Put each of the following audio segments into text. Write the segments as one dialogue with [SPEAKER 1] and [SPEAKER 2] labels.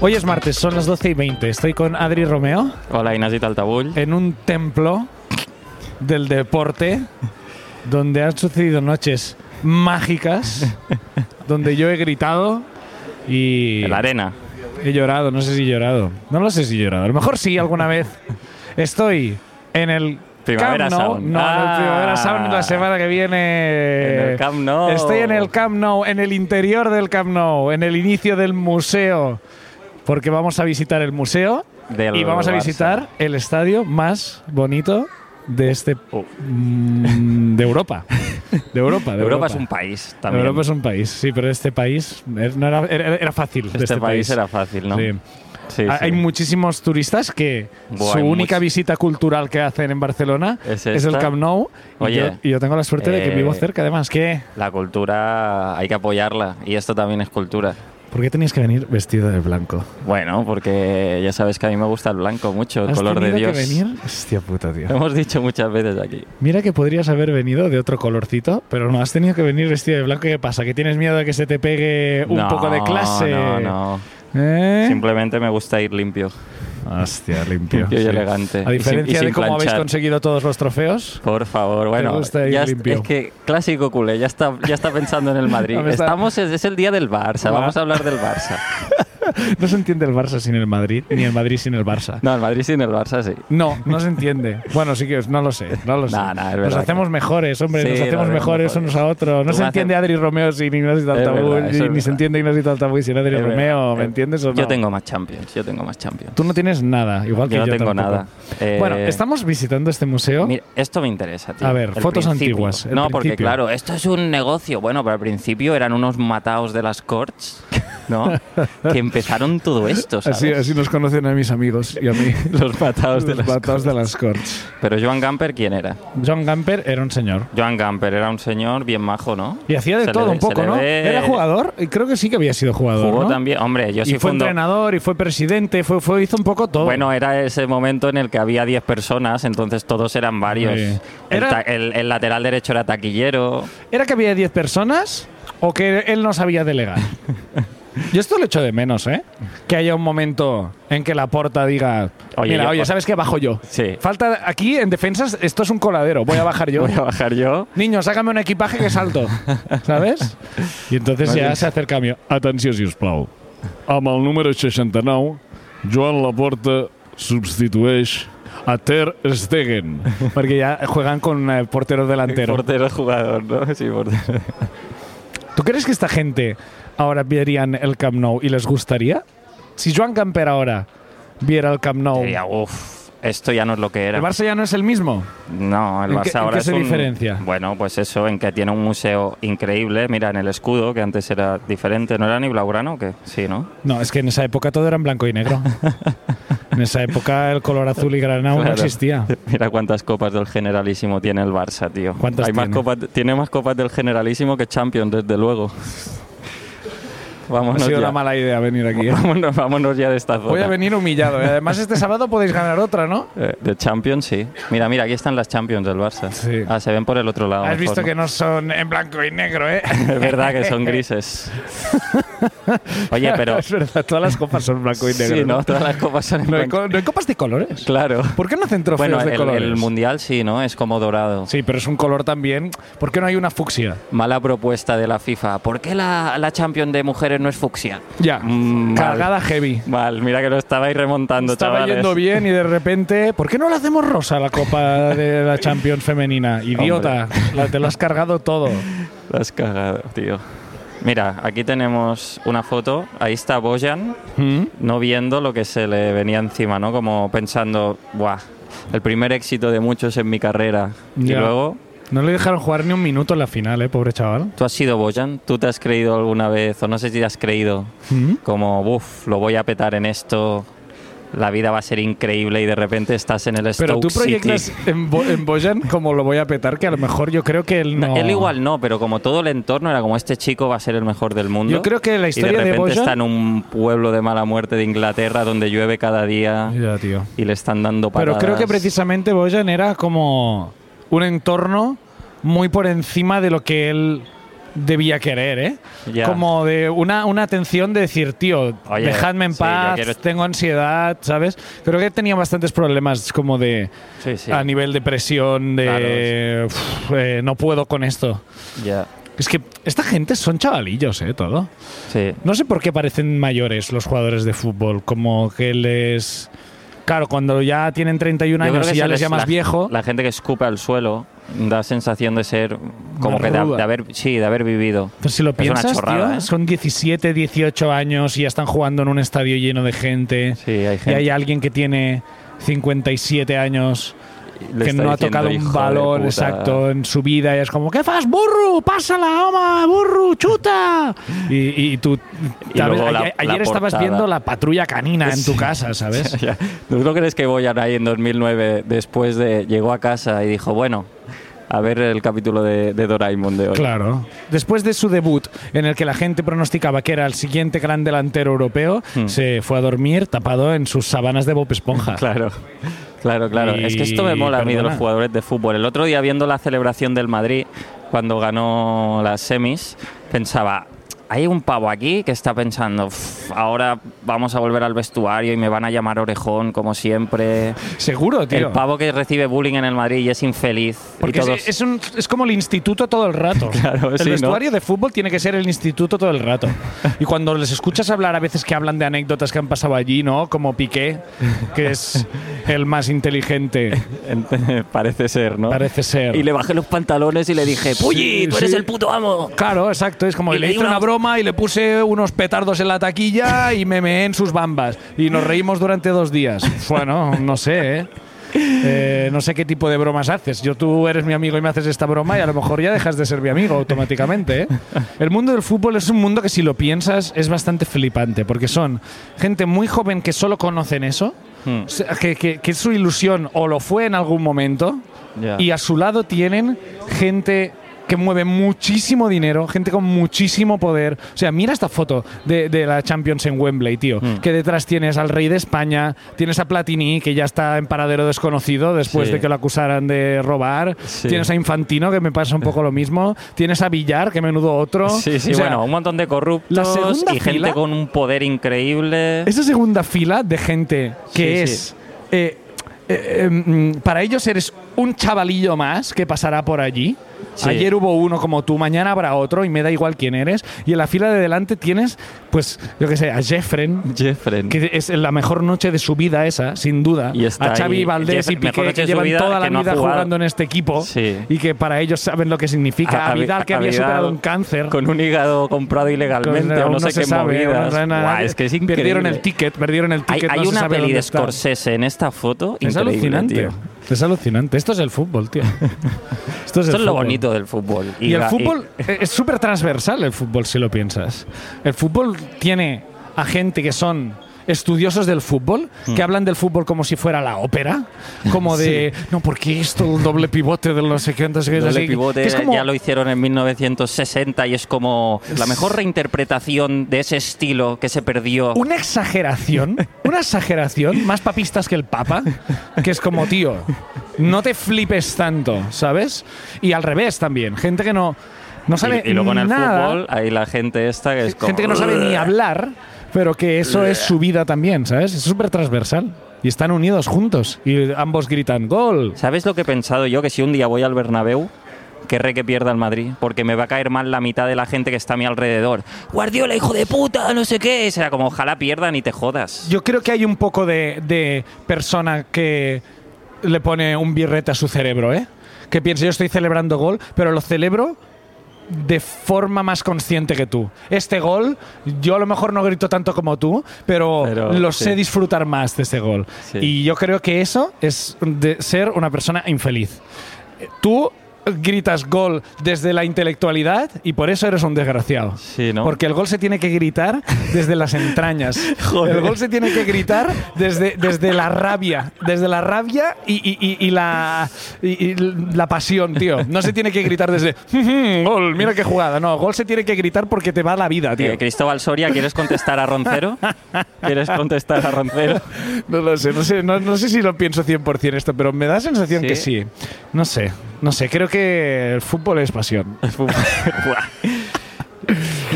[SPEAKER 1] Hoy es martes, son las 12 y 20. Estoy con Adri Romeo
[SPEAKER 2] Hola, Ignasi Taltabull.
[SPEAKER 1] en un templo del deporte donde han sucedido noches mágicas, donde yo he gritado y
[SPEAKER 2] En La arena.
[SPEAKER 1] he llorado. No sé si he llorado. No lo sé si he llorado. A lo mejor sí, alguna vez. Estoy en el.
[SPEAKER 2] Primavera
[SPEAKER 1] Camp Nou.
[SPEAKER 2] Sound.
[SPEAKER 1] No, en el
[SPEAKER 2] Ah.
[SPEAKER 1] Primavera Sound la semana que viene.
[SPEAKER 2] En el Camp Nou.
[SPEAKER 1] Estoy en el Camp Nou, en el interior del Camp Nou, en el inicio del museo, porque vamos a visitar el museo
[SPEAKER 2] Del
[SPEAKER 1] y vamos a
[SPEAKER 2] Barça.
[SPEAKER 1] visitar el estadio más bonito de este
[SPEAKER 2] Uh.
[SPEAKER 1] mm, de Europa. De Europa, de Europa.
[SPEAKER 2] Europa es un país también.
[SPEAKER 1] Europa es un país, sí, pero este país eh, no era, era- era fácil. de
[SPEAKER 2] este, país, era fácil, ¿no?
[SPEAKER 1] Sí.
[SPEAKER 2] Sí,
[SPEAKER 1] Ha-
[SPEAKER 2] sí.
[SPEAKER 1] Hay muchísimos turistas que
[SPEAKER 2] Buah,
[SPEAKER 1] su
[SPEAKER 2] hay
[SPEAKER 1] única
[SPEAKER 2] much-
[SPEAKER 1] visita cultural que hacen en Barcelona es,
[SPEAKER 2] ¿Es
[SPEAKER 1] el
[SPEAKER 2] esta?
[SPEAKER 1] Camp Nou. y
[SPEAKER 2] Oye,
[SPEAKER 1] yo- y yo tengo la suerte de que
[SPEAKER 2] eh,
[SPEAKER 1] vivo cerca, además. ¿Qué?
[SPEAKER 2] La cultura hay que apoyarla y esto también es cultura.
[SPEAKER 1] ¿Por qué tenías que venir vestido de blanco?
[SPEAKER 2] Bueno, porque ya sabes que a mí me gusta el blanco mucho, el
[SPEAKER 1] ¿Has
[SPEAKER 2] color de
[SPEAKER 1] tenido
[SPEAKER 2] Dios.
[SPEAKER 1] que venir? Hostia puta, tío.
[SPEAKER 2] Lo hemos dicho muchas veces aquí.
[SPEAKER 1] Mira que podrías haber venido de otro colorcito, pero no, has tenido que venir vestido de blanco. ¿Qué pasa? ¿Que tienes miedo de que se te pegue un
[SPEAKER 2] No,
[SPEAKER 1] poco de clase?
[SPEAKER 2] No, no.
[SPEAKER 1] ¿Eh?
[SPEAKER 2] Simplemente me gusta ir limpio.
[SPEAKER 1] Hostia, limpio.
[SPEAKER 2] Limpio y elegante. Y
[SPEAKER 1] A
[SPEAKER 2] sin-
[SPEAKER 1] diferencia
[SPEAKER 2] y sin
[SPEAKER 1] de cómo habéis
[SPEAKER 2] planchar.
[SPEAKER 1] conseguido todos los trofeos.
[SPEAKER 2] Por favor, bueno,
[SPEAKER 1] gusta ir
[SPEAKER 2] ya es-
[SPEAKER 1] limpio.
[SPEAKER 2] es que clásico culé, ya está, ya está pensando en el Madrid.
[SPEAKER 1] No me está-
[SPEAKER 2] Estamos, es, es el día del Barça,
[SPEAKER 1] Va.
[SPEAKER 2] vamos a hablar del Barça.
[SPEAKER 1] No se entiende el Barça sin el Madrid, ni el Madrid sin el Barça.
[SPEAKER 2] No, el Madrid sin el Barça sí.
[SPEAKER 1] No, no se entiende. Bueno, sí que os- no lo sé, no lo sé.
[SPEAKER 2] No, no, es
[SPEAKER 1] nos
[SPEAKER 2] verdad
[SPEAKER 1] hacemos
[SPEAKER 2] que-
[SPEAKER 1] mejores, hombre,
[SPEAKER 2] Sí,
[SPEAKER 1] nos
[SPEAKER 2] lo
[SPEAKER 1] hacemos
[SPEAKER 2] hacemos
[SPEAKER 1] mejores
[SPEAKER 2] mejores.
[SPEAKER 1] unos a otros. No
[SPEAKER 2] Tú
[SPEAKER 1] se
[SPEAKER 2] me
[SPEAKER 1] entiende Adri Romeo sin Ignacio
[SPEAKER 2] Es
[SPEAKER 1] Daltabull, ni,
[SPEAKER 2] verdad, eso es
[SPEAKER 1] ni se
[SPEAKER 2] verdad.
[SPEAKER 1] entiende Ignacio Daltabull sin Adri
[SPEAKER 2] Es
[SPEAKER 1] Romeo,
[SPEAKER 2] verdad. Eh,
[SPEAKER 1] ¿me entiendes o no?
[SPEAKER 2] Yo tengo más Champions, yo tengo más Champions.
[SPEAKER 1] Tú no tienes nada, igual que yo
[SPEAKER 2] Yo no tengo
[SPEAKER 1] tampoco.
[SPEAKER 2] nada. Eh,
[SPEAKER 1] Bueno, estamos visitando este museo.
[SPEAKER 2] Mira, esto me interesa, tío.
[SPEAKER 1] A ver,
[SPEAKER 2] El
[SPEAKER 1] fotos
[SPEAKER 2] principio.
[SPEAKER 1] antiguas, el
[SPEAKER 2] No, porque
[SPEAKER 1] principio.
[SPEAKER 2] claro, esto es un negocio. Bueno, pero al principio eran unos mataos de las Corts, ¿no? que empezaron todo esto, ¿sabes?
[SPEAKER 1] así, así nos conocen a mis amigos y a mí.
[SPEAKER 2] Los mataos de
[SPEAKER 1] Los
[SPEAKER 2] las
[SPEAKER 1] bataos de las corts.
[SPEAKER 2] Corts. Pero Joan Gamper, ¿quién era?
[SPEAKER 1] John Gamper era un señor.
[SPEAKER 2] Joan Gamper era un señor bien majo, ¿no?
[SPEAKER 1] Y hacía de
[SPEAKER 2] Se le
[SPEAKER 1] todo
[SPEAKER 2] ve-
[SPEAKER 1] un
[SPEAKER 2] se
[SPEAKER 1] poco,
[SPEAKER 2] le
[SPEAKER 1] ¿no?
[SPEAKER 2] ve-
[SPEAKER 1] Era jugador, y creo que sí que había sido jugador.
[SPEAKER 2] Jugó
[SPEAKER 1] ¿no?
[SPEAKER 2] también. Hombre, yo
[SPEAKER 1] Y
[SPEAKER 2] sí
[SPEAKER 1] fue
[SPEAKER 2] fundo-
[SPEAKER 1] entrenador, y fue presidente, fue, fue hizo un poco todo.
[SPEAKER 2] Bueno, era ese momento en el que había 10 personas, entonces todos eran varios.
[SPEAKER 1] Sí.
[SPEAKER 2] El
[SPEAKER 1] Era-
[SPEAKER 2] ta- El, el lateral derecho era taquillero.
[SPEAKER 1] ¿Era que había 10 personas o que él no sabía delegar? Yo esto lo echo de menos, ¿eh? Que haya un momento en que la porta diga,
[SPEAKER 2] Oye,
[SPEAKER 1] mira,
[SPEAKER 2] yo-
[SPEAKER 1] oye, ¿sabes qué? Bajo yo.
[SPEAKER 2] Sí.
[SPEAKER 1] Falta aquí en defensas, esto es un coladero, voy a bajar yo.
[SPEAKER 2] Voy a bajar yo.
[SPEAKER 1] Niño, sácame un equipaje que salto, ¿sabes? I entonces
[SPEAKER 2] Molt
[SPEAKER 1] ja
[SPEAKER 2] bé.
[SPEAKER 1] se hace el cambio.
[SPEAKER 3] Atenció, si us plau. Amb el número 69, Joan Laporta substitueix a Ter Stegen.
[SPEAKER 1] Porque ya juegan con eh, portero delantero.
[SPEAKER 2] Portero jugador, ¿no? Sí, portero.
[SPEAKER 1] ¿Tú crees que esta gente ahora vierían el Camp Nou y les gustaría? Si Joan Camper ahora viera el Camp Nou,
[SPEAKER 2] Diría, uff, esto ya no es lo que
[SPEAKER 1] Oh. ¿el
[SPEAKER 2] era.
[SPEAKER 1] Barça ya no es el mismo?
[SPEAKER 2] No, el
[SPEAKER 1] ¿En qué-
[SPEAKER 2] Barça
[SPEAKER 1] en
[SPEAKER 2] ahora
[SPEAKER 1] qué
[SPEAKER 2] es
[SPEAKER 1] se
[SPEAKER 2] un-
[SPEAKER 1] diferencia?
[SPEAKER 2] Bueno, pues eso, en que tiene un museo increíble. Mira, en el escudo, que antes era diferente. ¿No era ni blaugrana o qué? Sí, ¿no?
[SPEAKER 1] No, es que en esa época todo era en blanco y negro. en esa época el color azul y granado no
[SPEAKER 2] Claro.
[SPEAKER 1] existía.
[SPEAKER 2] Mira cuántas copas del Generalísimo tiene el Barça, tío.
[SPEAKER 1] ¿Cuántas
[SPEAKER 2] Hay
[SPEAKER 1] tiene?
[SPEAKER 2] Más copas, tiene más copas del Generalísimo que Champions, desde luego.
[SPEAKER 1] Ha
[SPEAKER 2] vámonos,
[SPEAKER 1] sido
[SPEAKER 2] ya.
[SPEAKER 1] una mala idea venir aquí. ¿eh?
[SPEAKER 2] Vámonos, vámonos ya de esta zona.
[SPEAKER 1] Voy a venir humillado. ¿eh? Además, este sábado podéis ganar otra, ¿no?
[SPEAKER 2] Eh, de Champions, sí. Mira, mira, aquí están las Champions del Barça.
[SPEAKER 1] Sí.
[SPEAKER 2] Ah, se ven por el otro lado.
[SPEAKER 1] Has
[SPEAKER 2] mejor,
[SPEAKER 1] visto
[SPEAKER 2] ¿no?
[SPEAKER 1] que no son en blanco y negro, ¿eh?
[SPEAKER 2] Es verdad que son grises. Oye, pero...
[SPEAKER 1] es verdad, todas las copas son blanco y negro.
[SPEAKER 2] Sí, ¿no?
[SPEAKER 1] ¿no?
[SPEAKER 2] Todas las copas son en
[SPEAKER 1] No hay,
[SPEAKER 2] blanco.
[SPEAKER 1] co- no hay copas de colores.
[SPEAKER 2] Claro.
[SPEAKER 1] ¿Por qué no hacen trofeos
[SPEAKER 2] Bueno,
[SPEAKER 1] de
[SPEAKER 2] el,
[SPEAKER 1] colores?
[SPEAKER 2] el Mundial sí, ¿no? Es como dorado.
[SPEAKER 1] Sí, pero es un color también. ¿Por qué no hay una fucsia?
[SPEAKER 2] Mala propuesta de la FIFA. ¿Por qué la, la Champions de mujeres no es fucsia?
[SPEAKER 1] Ya,
[SPEAKER 2] Mm,
[SPEAKER 1] cargada heavy.
[SPEAKER 2] Mal, mira que lo estabais remontando,
[SPEAKER 1] Estaba
[SPEAKER 2] chavales.
[SPEAKER 1] yendo bien y de repente, ¿por qué no le hacemos rosa a la copa de la Champions femenina? Idiota, la- te lo has cargado todo.
[SPEAKER 2] Lo has cagado, tío. Mira, aquí tenemos una foto. Ahí está Bojan, no viendo lo que se le venía encima, ¿no? Como pensando, ¡buah! El primer éxito de muchos en mi carrera. Y
[SPEAKER 1] Ya.
[SPEAKER 2] luego,
[SPEAKER 1] No le dejaron jugar ni un minuto en la final, eh, pobre chaval.
[SPEAKER 2] ¿tú has sido Bojan? ¿Tú te has creído alguna vez, o no sé si te has creído,
[SPEAKER 1] ¿Mm?
[SPEAKER 2] como, ¡buf! Lo voy a petar en esto. La vida va a ser increíble y de repente estás en el
[SPEAKER 1] Pero
[SPEAKER 2] Stoke
[SPEAKER 1] tú proyectas
[SPEAKER 2] City.
[SPEAKER 1] en, Bo- en Bojan como lo voy a petar, que a lo mejor yo creo que él no.
[SPEAKER 2] Él igual no, pero como todo el entorno era como este chico va a ser el mejor del mundo.
[SPEAKER 1] Yo creo que la
[SPEAKER 2] y
[SPEAKER 1] historia de
[SPEAKER 2] de repente
[SPEAKER 1] Bojan-
[SPEAKER 2] está en un pueblo de mala muerte de Inglaterra donde llueve cada día
[SPEAKER 1] Ya, tío.
[SPEAKER 2] y le están dando
[SPEAKER 1] Pero
[SPEAKER 2] patadas.
[SPEAKER 1] creo que precisamente Bojan era como un entorno muy por encima de lo que él debía querer, ¿eh?
[SPEAKER 2] Ya.
[SPEAKER 1] Como de una, una atención de decir, tío,
[SPEAKER 2] Oye,
[SPEAKER 1] dejadme en
[SPEAKER 2] sí, yo
[SPEAKER 1] paz,
[SPEAKER 2] quiero-
[SPEAKER 1] tengo ansiedad, ¿sabes? Creo que tenía bastantes problemas como de
[SPEAKER 2] Sí, sí.
[SPEAKER 1] a nivel de presión, de "Uf, eh, no puedo con esto.
[SPEAKER 2] Ya.
[SPEAKER 1] Es que esta gente son chavalillos, ¿eh? Todo.
[SPEAKER 2] Sí.
[SPEAKER 1] No sé por qué parecen mayores los jugadores de fútbol, como que les... Claro, cuando ya tienen 31
[SPEAKER 2] Yo creo
[SPEAKER 1] años
[SPEAKER 2] que
[SPEAKER 1] y ya
[SPEAKER 2] se
[SPEAKER 1] les llamas
[SPEAKER 2] la-
[SPEAKER 1] viejo,
[SPEAKER 2] La gente que escupe al suelo da sensación de ser como
[SPEAKER 1] Más
[SPEAKER 2] que de,
[SPEAKER 1] ruda.
[SPEAKER 2] de haber sí, de haber vivido.
[SPEAKER 1] Pero pues si lo
[SPEAKER 2] Es una
[SPEAKER 1] piensas,
[SPEAKER 2] chorrada,
[SPEAKER 1] tío,
[SPEAKER 2] ¿eh?
[SPEAKER 1] son 17, 18 años y ya están jugando en un estadio lleno de gente.
[SPEAKER 2] Sí, hay
[SPEAKER 1] Y
[SPEAKER 2] gente
[SPEAKER 1] hay alguien que tiene 57 años
[SPEAKER 2] le
[SPEAKER 1] que
[SPEAKER 2] está
[SPEAKER 1] no ha
[SPEAKER 2] diciendo,
[SPEAKER 1] tocado un
[SPEAKER 2] "Hijo de
[SPEAKER 1] balón
[SPEAKER 2] puta".
[SPEAKER 1] exacto en su vida y es como, ¿qué fas, burro? Pásala, ama, burro, chuta. Y, y tú,
[SPEAKER 2] Y
[SPEAKER 1] ¿sabes?
[SPEAKER 2] luego la-
[SPEAKER 1] Ayer- ayer
[SPEAKER 2] la
[SPEAKER 1] estabas
[SPEAKER 2] portada.
[SPEAKER 1] viendo la patrulla canina en tu casa, ¿sabes?
[SPEAKER 2] Ya. ¿Tú no crees que Boyan ahí en 2009 después de llegó a casa y dijo, bueno, a ver el capítulo de, de Doraemon de hoy?
[SPEAKER 1] Claro. Después de su debut, en el que la gente pronosticaba que era el siguiente gran delantero europeo,
[SPEAKER 2] Hmm.
[SPEAKER 1] se fue a dormir tapado en sus sabanas de Bob Esponja.
[SPEAKER 2] Claro, claro, claro.
[SPEAKER 1] Y-
[SPEAKER 2] Es que esto me mola a mí de los
[SPEAKER 1] perdona.
[SPEAKER 2] jugadores de fútbol. El otro día viendo la celebración del Madrid cuando ganó las semis, pensaba, hay un pavo aquí que está pensando, "Uf, ahora vamos a volver al vestuario y me van a llamar orejón como siempre.
[SPEAKER 1] Seguro, tío.
[SPEAKER 2] El pavo que recibe bullying en el Madrid y es infeliz.
[SPEAKER 1] Porque
[SPEAKER 2] y
[SPEAKER 1] es-
[SPEAKER 2] todos-
[SPEAKER 1] es, un- es como el instituto todo el rato.
[SPEAKER 2] Claro,
[SPEAKER 1] el
[SPEAKER 2] sí, ¿no?
[SPEAKER 1] vestuario de fútbol tiene que ser el instituto todo el rato. Y cuando les escuchas hablar, a veces que hablan de anécdotas que han pasado allí, ¿no? Como Piqué, que es el más inteligente,
[SPEAKER 2] Parece ser, ¿no?
[SPEAKER 1] parece ser.
[SPEAKER 2] Y le bajé los pantalones y le dije, Puyi,
[SPEAKER 1] Sí,
[SPEAKER 2] tú eres
[SPEAKER 1] sí.
[SPEAKER 2] el puto amo.
[SPEAKER 1] Claro, exacto. Es como
[SPEAKER 2] Y
[SPEAKER 1] que le
[SPEAKER 2] le di
[SPEAKER 1] hice una
[SPEAKER 2] una-
[SPEAKER 1] broma y le puse unos petardos en la taquilla y me meé en sus bambas. Y nos reímos durante dos días. Bueno, no sé, ¿eh? Eh, no sé qué tipo de bromas haces. Yo tú eres mi amigo y me haces esta broma y a lo mejor ya dejas de ser mi amigo automáticamente. ¿eh? El mundo del fútbol es un mundo que si lo piensas es bastante flipante porque son gente muy joven que solo conocen eso, o sea, que, que- que es su ilusión o lo fue en algún momento
[SPEAKER 2] Ya.
[SPEAKER 1] y a su lado tienen gente que mueve muchísimo dinero, gente con muchísimo poder. O sea, mira esta foto de, de la Champions en Wembley, tío.
[SPEAKER 2] Hmm.
[SPEAKER 1] Que detrás tienes al rey de España, tienes a Platini, que ya está en paradero desconocido después
[SPEAKER 2] Sí.
[SPEAKER 1] de que lo acusaran de robar.
[SPEAKER 2] Sí.
[SPEAKER 1] Tienes a Infantino, que me pasa un poco lo mismo. Tienes a Villar, que menudo otro.
[SPEAKER 2] Sí, sí,
[SPEAKER 1] O sea,
[SPEAKER 2] bueno, un montón de corruptos
[SPEAKER 1] la segunda
[SPEAKER 2] y gente
[SPEAKER 1] fila-
[SPEAKER 2] con un poder increíble.
[SPEAKER 1] esa segunda fila de gente que
[SPEAKER 2] Sí,
[SPEAKER 1] es.
[SPEAKER 2] sí.
[SPEAKER 1] eh, eh, eh, mm, para ellos eres un chavalillo más que pasará por allí.
[SPEAKER 2] Sí.
[SPEAKER 1] Ayer hubo uno como tú, mañana habrá otro y me da igual quién eres. Y en la fila de delante tienes, pues, yo que sé, a Jeffren,
[SPEAKER 2] Jeffren.
[SPEAKER 1] que es la mejor noche de su vida esa, sin duda.
[SPEAKER 2] Y está
[SPEAKER 1] a Xavi
[SPEAKER 2] ahí.
[SPEAKER 1] Valdés
[SPEAKER 2] Jeff-
[SPEAKER 1] y
[SPEAKER 2] mejor
[SPEAKER 1] Piqué
[SPEAKER 2] noche
[SPEAKER 1] que
[SPEAKER 2] de su
[SPEAKER 1] llevan
[SPEAKER 2] vida
[SPEAKER 1] toda la
[SPEAKER 2] que no ha
[SPEAKER 1] vida
[SPEAKER 2] jugado.
[SPEAKER 1] jugando en este equipo
[SPEAKER 2] Sí.
[SPEAKER 1] y que para ellos saben lo que significa. A,
[SPEAKER 2] A- a-
[SPEAKER 1] Vidal que
[SPEAKER 2] a
[SPEAKER 1] había
[SPEAKER 2] Vidal
[SPEAKER 1] superado un cáncer.
[SPEAKER 2] Con un hígado comprado ilegalmente o
[SPEAKER 1] aún
[SPEAKER 2] no sé qué
[SPEAKER 1] sabe, aún
[SPEAKER 2] movidas.
[SPEAKER 1] no sabe nada.
[SPEAKER 2] Guau, es que es increíble.
[SPEAKER 1] Perdieron el ticket, perdieron el
[SPEAKER 2] Hay,
[SPEAKER 1] ticket.
[SPEAKER 2] hay
[SPEAKER 1] no se
[SPEAKER 2] una
[SPEAKER 1] sabe
[SPEAKER 2] peli
[SPEAKER 1] dónde
[SPEAKER 2] de
[SPEAKER 1] está.
[SPEAKER 2] Scorsese en esta foto
[SPEAKER 1] Es
[SPEAKER 2] increíble,
[SPEAKER 1] alucinante.
[SPEAKER 2] tío.
[SPEAKER 1] Es alucinante. Esto es el fútbol, tío. Esto es,
[SPEAKER 2] Esto
[SPEAKER 1] el
[SPEAKER 2] es lo
[SPEAKER 1] fútbol.
[SPEAKER 2] bonito del fútbol.
[SPEAKER 1] Y, el
[SPEAKER 2] la-
[SPEAKER 1] fútbol eh, es súper transversal, el fútbol, si lo piensas. El fútbol tiene a gente que son estudiosos del fútbol,
[SPEAKER 2] Mm.
[SPEAKER 1] que hablan del fútbol como si fuera la ópera, como de, no, porque esto, el doble pivote del no sé qué, no sé qué, no
[SPEAKER 2] Doble
[SPEAKER 1] sé qué".
[SPEAKER 2] pivote
[SPEAKER 1] pues, Que es como-
[SPEAKER 2] ya lo hicieron en 1960 y es como la mejor reinterpretación de ese estilo que se perdió.
[SPEAKER 1] una exageración, una exageración, más papistas que el Papa, que es como, tío, no te flipes tanto, ¿sabes? Y al revés también, gente que no, no sabe
[SPEAKER 2] y, y luego en el
[SPEAKER 1] nada,
[SPEAKER 2] fútbol hay la gente esta que es como...
[SPEAKER 1] gente que no sabe ni hablar, pero que eso es su vida también, ¿sabes? Es súper transversal. Y están unidos juntos y ambos gritan gol.
[SPEAKER 2] ¿Sabes lo que he pensado yo? Que si un día voy al Bernabéu, querré que pierda el Madrid, porque me va a caer mal la mitad de la gente que está a mi alrededor. Guardiola, hijo de puta, no sé qué. Y Será como, ojalá pierdan y te jodas.
[SPEAKER 1] Yo creo que hay un poco de, de persona que le pone un birrete a su cerebro, ¿eh? Que piensa, yo estoy celebrando gol, pero lo celebro de forma más consciente que tú. Este gol, yo a lo mejor no grito tanto como tú, pero,
[SPEAKER 2] Pero,
[SPEAKER 1] lo
[SPEAKER 2] sí.
[SPEAKER 1] sé disfrutar más de este gol.
[SPEAKER 2] Sí.
[SPEAKER 1] Y yo creo que eso es de ser una persona infeliz. Tú gritas gol desde la intelectualidad y por eso eres un desgraciado.
[SPEAKER 2] Sí, ¿no?
[SPEAKER 1] Porque el gol se tiene que gritar desde las entrañas.
[SPEAKER 2] Joder.
[SPEAKER 1] El gol se tiene que gritar desde, desde la rabia. Desde la rabia y, y- y- y la, y- y la pasión, tío. No se tiene que gritar desde "Ujú, gol, mira qué jugada. No, gol se tiene que gritar porque te va la vida, tío.
[SPEAKER 2] Eh, Cristóbal Soria, ¿quieres contestar a Roncero? ¿Quieres contestar a Roncero?
[SPEAKER 1] No lo sé, no sé, no, no sé si lo pienso 100% esto, pero me da la sensación
[SPEAKER 2] ¿Sí?
[SPEAKER 1] que sí. No sé, no sé, creo que el fútbol es pasión.
[SPEAKER 2] Buah.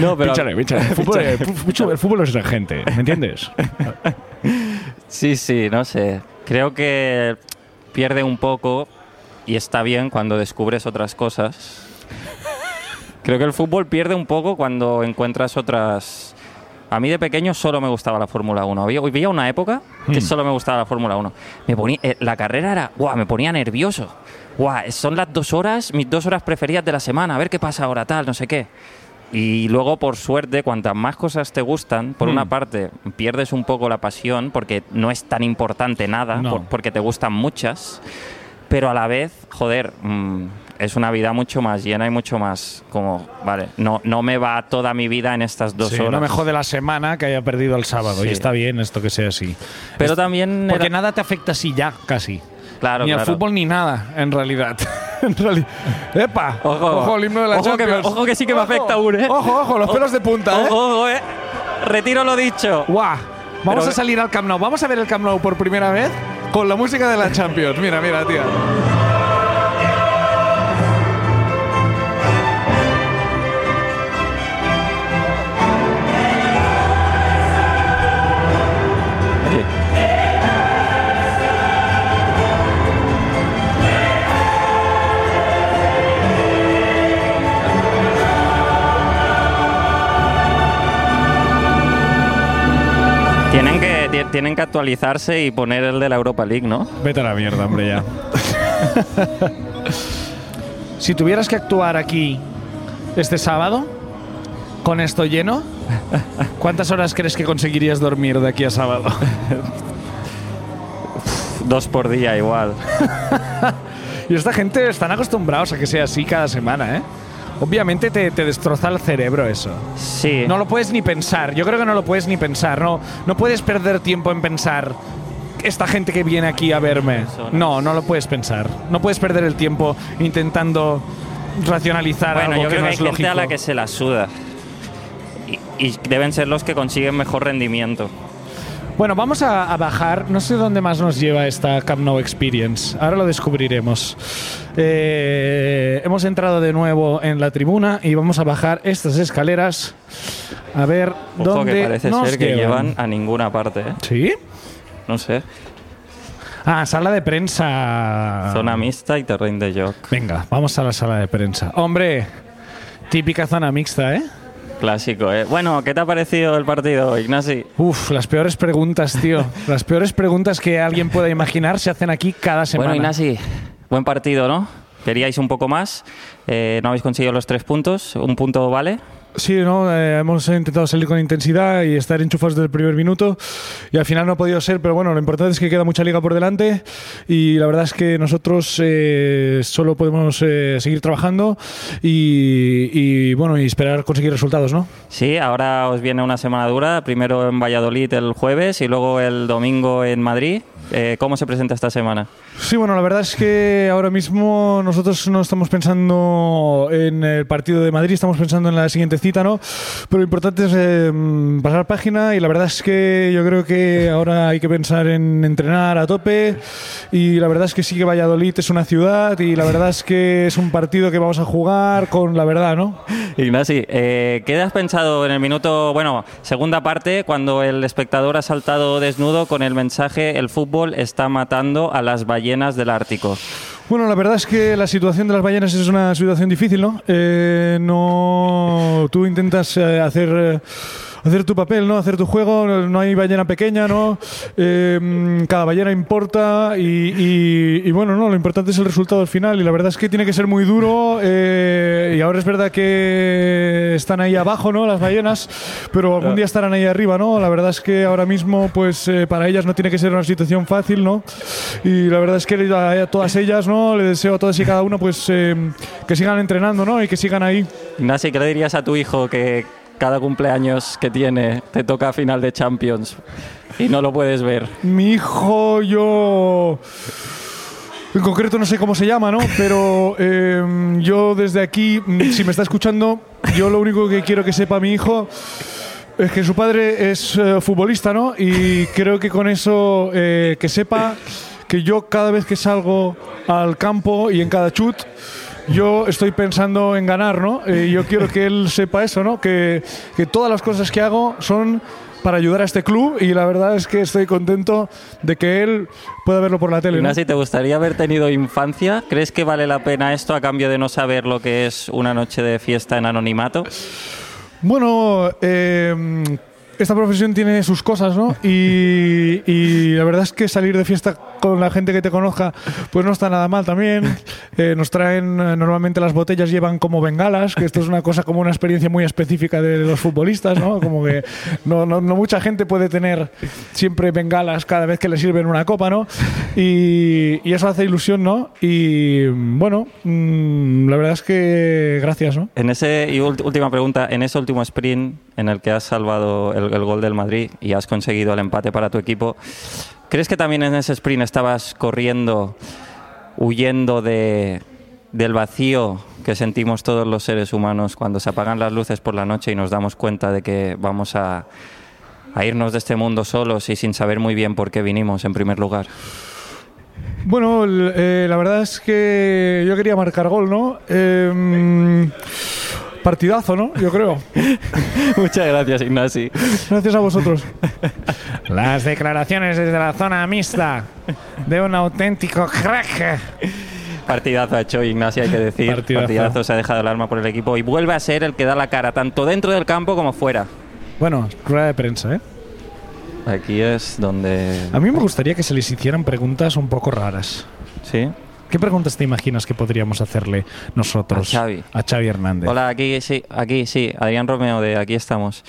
[SPEAKER 2] No, pero
[SPEAKER 1] Pincharé, pincharé. El fútbol, el fútbol- el fútbol es la gente, ¿me entiendes?
[SPEAKER 2] sí, sí, no sé. Creo que pierde un poco y está bien cuando descubres otras cosas. Creo que el fútbol pierde un poco cuando encuentras otras... A mí de pequeño solo me gustaba la Fórmula 1. Había, había una época que solo me gustaba la Fórmula 1. Me ponía, eh, la carrera era... ¡Guau! Me ponía nervioso. ¡Guau! Son las dos horas, mis dos horas preferidas de la semana. A ver qué pasa ahora, tal, no sé qué. Y luego, por suerte, cuantas más cosas te gustan, por una parte, pierdes un poco la pasión porque no es tan importante nada,
[SPEAKER 1] No.
[SPEAKER 2] por- porque te gustan muchas, pero a la vez, joder, mm, es una vida mucho más llena y mucho más como, vale, no, no me va toda mi vida en estas dos
[SPEAKER 1] Sí,
[SPEAKER 2] horas.
[SPEAKER 1] no me jode la semana que haya perdido el sábado.
[SPEAKER 2] Sí.
[SPEAKER 1] Y está bien esto que sea así.
[SPEAKER 2] Pero también...
[SPEAKER 1] Porque
[SPEAKER 2] era-
[SPEAKER 1] nada te afecta así ya, casi.
[SPEAKER 2] claro,
[SPEAKER 1] ni al
[SPEAKER 2] claro.
[SPEAKER 1] fútbol ni nada, en realidad. En reali- ¡Epa!
[SPEAKER 2] Ojo.
[SPEAKER 1] ojo, el himno de la
[SPEAKER 2] Ojo que me-
[SPEAKER 1] Champions.
[SPEAKER 2] ojo que sí que me
[SPEAKER 1] Ojo,
[SPEAKER 2] afecta aún, ¿eh?
[SPEAKER 1] Ojo, ojo, los pelos de punta, ¿eh?
[SPEAKER 2] Ojo, ojo, eh. Retiro lo dicho.
[SPEAKER 1] ¡Guau! Vamos
[SPEAKER 2] Pero-
[SPEAKER 1] a salir al Camp Nou. Vamos a ver el Camp Nou por primera vez con la música de la Champions. Mira, mira, tía.
[SPEAKER 2] Tienen que, ti- tienen que actualizarse y poner el de la Europa League, ¿no?
[SPEAKER 1] Vete a la mierda, hombre, ya. si tuvieras que actuar aquí este sábado, con esto lleno, ¿cuántas horas crees que conseguirías dormir de aquí a sábado?
[SPEAKER 2] Dos por día igual.
[SPEAKER 1] Y esta gente están acostumbrados a que sea así cada semana, ¿eh? Obviamente te, te destroza el cerebro eso.
[SPEAKER 2] Sí.
[SPEAKER 1] No lo puedes ni pensar. Yo creo que no lo puedes ni pensar. No, no puedes perder tiempo en pensar esta gente que viene aquí a verme. No, no lo puedes pensar. No puedes perder el tiempo intentando racionalizar
[SPEAKER 2] Bueno,
[SPEAKER 1] algo
[SPEAKER 2] yo
[SPEAKER 1] que
[SPEAKER 2] creo
[SPEAKER 1] no
[SPEAKER 2] que hay
[SPEAKER 1] es lógico.
[SPEAKER 2] gente a la que se la suda. Y, y deben ser los que consiguen mejor rendimiento.
[SPEAKER 1] Bueno, vamos a, a bajar. No sé dónde más nos lleva esta Camp Nou Experience. Ahora lo descubriremos. Eh, hemos entrado de nuevo en la tribuna y vamos a bajar estas escaleras a ver
[SPEAKER 2] Ojo
[SPEAKER 1] dónde
[SPEAKER 2] que parece
[SPEAKER 1] nos
[SPEAKER 2] ser que
[SPEAKER 1] llevan.
[SPEAKER 2] llevan a ninguna parte, ¿eh?
[SPEAKER 1] ¿Sí?
[SPEAKER 2] No sé.
[SPEAKER 1] Ah, sala de prensa.
[SPEAKER 2] Zona mixta y terreno de joc.
[SPEAKER 1] Venga, vamos a la sala de prensa. Hombre, típica zona mixta, ¿eh?
[SPEAKER 2] Clásico, ¿eh? Bueno, ¿qué te ha parecido el partido, Ignasi?
[SPEAKER 1] Uf, las peores preguntas, tío. las peores preguntas que alguien pueda imaginar se hacen aquí cada semana.
[SPEAKER 2] Bueno, Ignasi, buen partido, ¿no? Queríais un poco más. Eh, no habéis conseguido los tres puntos. Un punto vale.
[SPEAKER 1] Sí, ¿no? Eh, hemos intentado salir con intensidad y estar enchufados desde el primer minuto y al final no ha podido ser, pero bueno, lo importante es que queda mucha liga por delante y la verdad es que nosotros eh, solo podemos eh, seguir trabajando y, y, bueno, y esperar conseguir resultados, ¿no?
[SPEAKER 2] Sí, ahora os viene una semana dura. Primero en Valladolid el jueves y luego el domingo en Madrid. Eh, ¿Cómo se presenta esta semana?
[SPEAKER 1] Sí, bueno, la verdad es que ahora mismo nosotros no estamos pensando en el partido de Madrid, estamos pensando en la siguiente cita, ¿no? Pero lo importante es eh, mm, pasar página y la verdad es que yo creo que ahora hay que pensar en entrenar a tope y la verdad es que sí que Valladolid es una ciudad y la verdad es que es un partido que vamos a jugar con la verdad, ¿no?
[SPEAKER 2] Ignasi, eh, ¿qué has pensado en el minuto, bueno, segunda parte, cuando el espectador ha saltado desnudo con el mensaje el fútbol está matando a las ballenas del Ártico?
[SPEAKER 1] Bueno, la verdad es que la situación de las ballenas es una situación difícil, ¿no? Eh, no tú intentas eh, hacer eh, hacer tu papel, ¿no? Hacer tu juego. no- No hay ballena pequeña, ¿no? Eh, mm, cada ballena importa y, y- y bueno, no. Lo importante es el resultado al final y la verdad es que tiene que ser muy duro. eh, y ahora es verdad que están ahí abajo, ¿no? Las ballenas, pero algún día estarán ahí arriba, ¿no? La verdad es que ahora mismo, pues eh, para ellas no tiene que ser una situación fácil, ¿no? Y la verdad es que a, a todas ellas, ¿no? Le deseo a todas y cada una, pues, eh, que sigan entrenando, ¿no? Y que sigan ahí.
[SPEAKER 2] Ignasi, ¿qué le dirías a tu hijo que cada cumpleaños que tiene te toca final de Champions y no lo puedes ver?
[SPEAKER 1] Mi hijo, yo... En concreto no sé cómo se llama, ¿no? Pero eh, yo desde aquí, mm, si me está escuchando, yo lo único que quiero que sepa mi hijo es que su padre es eh, futbolista, ¿no? Y creo que con eso eh, que sepa que yo cada vez que salgo al campo y en cada chut yo estoy pensando en ganar, ¿no? Eh, yo quiero que él sepa eso, ¿no? Que, que todas las cosas que hago son para ayudar a este club y la verdad es que estoy contento de que él pueda verlo por la tele. ¿no?
[SPEAKER 2] Ignacio, ¿te gustaría haber tenido infancia? ¿Crees que vale la pena esto a cambio de no saber lo que es una noche de fiesta en anonimato?
[SPEAKER 1] Bueno, eh, esta profesión tiene sus cosas, ¿no? Y, y la verdad es que salir de fiesta con la gente que te conozca, pues no está nada mal también. Eh, nos traen, eh, normalmente las botellas llevan como bengalas, que esto es una cosa como una experiencia muy específica de los futbolistas, ¿no? Como que no, no, no mucha gente puede tener siempre bengalas cada vez que le sirven una copa, ¿no? Y, y eso hace ilusión, ¿no? Y bueno, mm, la verdad es que gracias, ¿no?
[SPEAKER 2] En ese, y ult- última pregunta, en ese último sprint en el que has salvado el, el gol del Madrid y has conseguido el empate para tu equipo, ¿crees que también en ese sprint estabas corriendo, huyendo de, del vacío que sentimos todos los seres humanos cuando se apagan las luces por la noche y nos damos cuenta de que vamos a, a irnos de este mundo solos y sin saber muy bien por qué vinimos en primer lugar?
[SPEAKER 1] Bueno, el- eh, la verdad es que yo quería marcar gol, ¿no? Em, partidazo, ¿no? Yo creo.
[SPEAKER 2] Muchas gracias, Ignasi.
[SPEAKER 1] Gracias a vosotros. Las declaraciones desde la zona mixta de un auténtico crack.
[SPEAKER 2] Partidazo ha hecho Ignacio, hay que decir.
[SPEAKER 1] Partidazo.
[SPEAKER 2] Partidazo. se ha dejado el alma por el equipo y vuelve a ser el que da la cara, tanto dentro del campo como fuera.
[SPEAKER 1] Bueno, rueda de prensa, ¿eh?
[SPEAKER 2] Aquí es donde.
[SPEAKER 1] A mí me gustaría que se les hicieran preguntas un poco raras.
[SPEAKER 2] Sí.
[SPEAKER 1] ¿Qué preguntas te imaginas que podríamos hacerle nosotros
[SPEAKER 2] A Xavi.
[SPEAKER 1] a Xavi Hernández?
[SPEAKER 2] Hola, aquí sí, aquí sí, Adrián Romeo de Aquí estamos.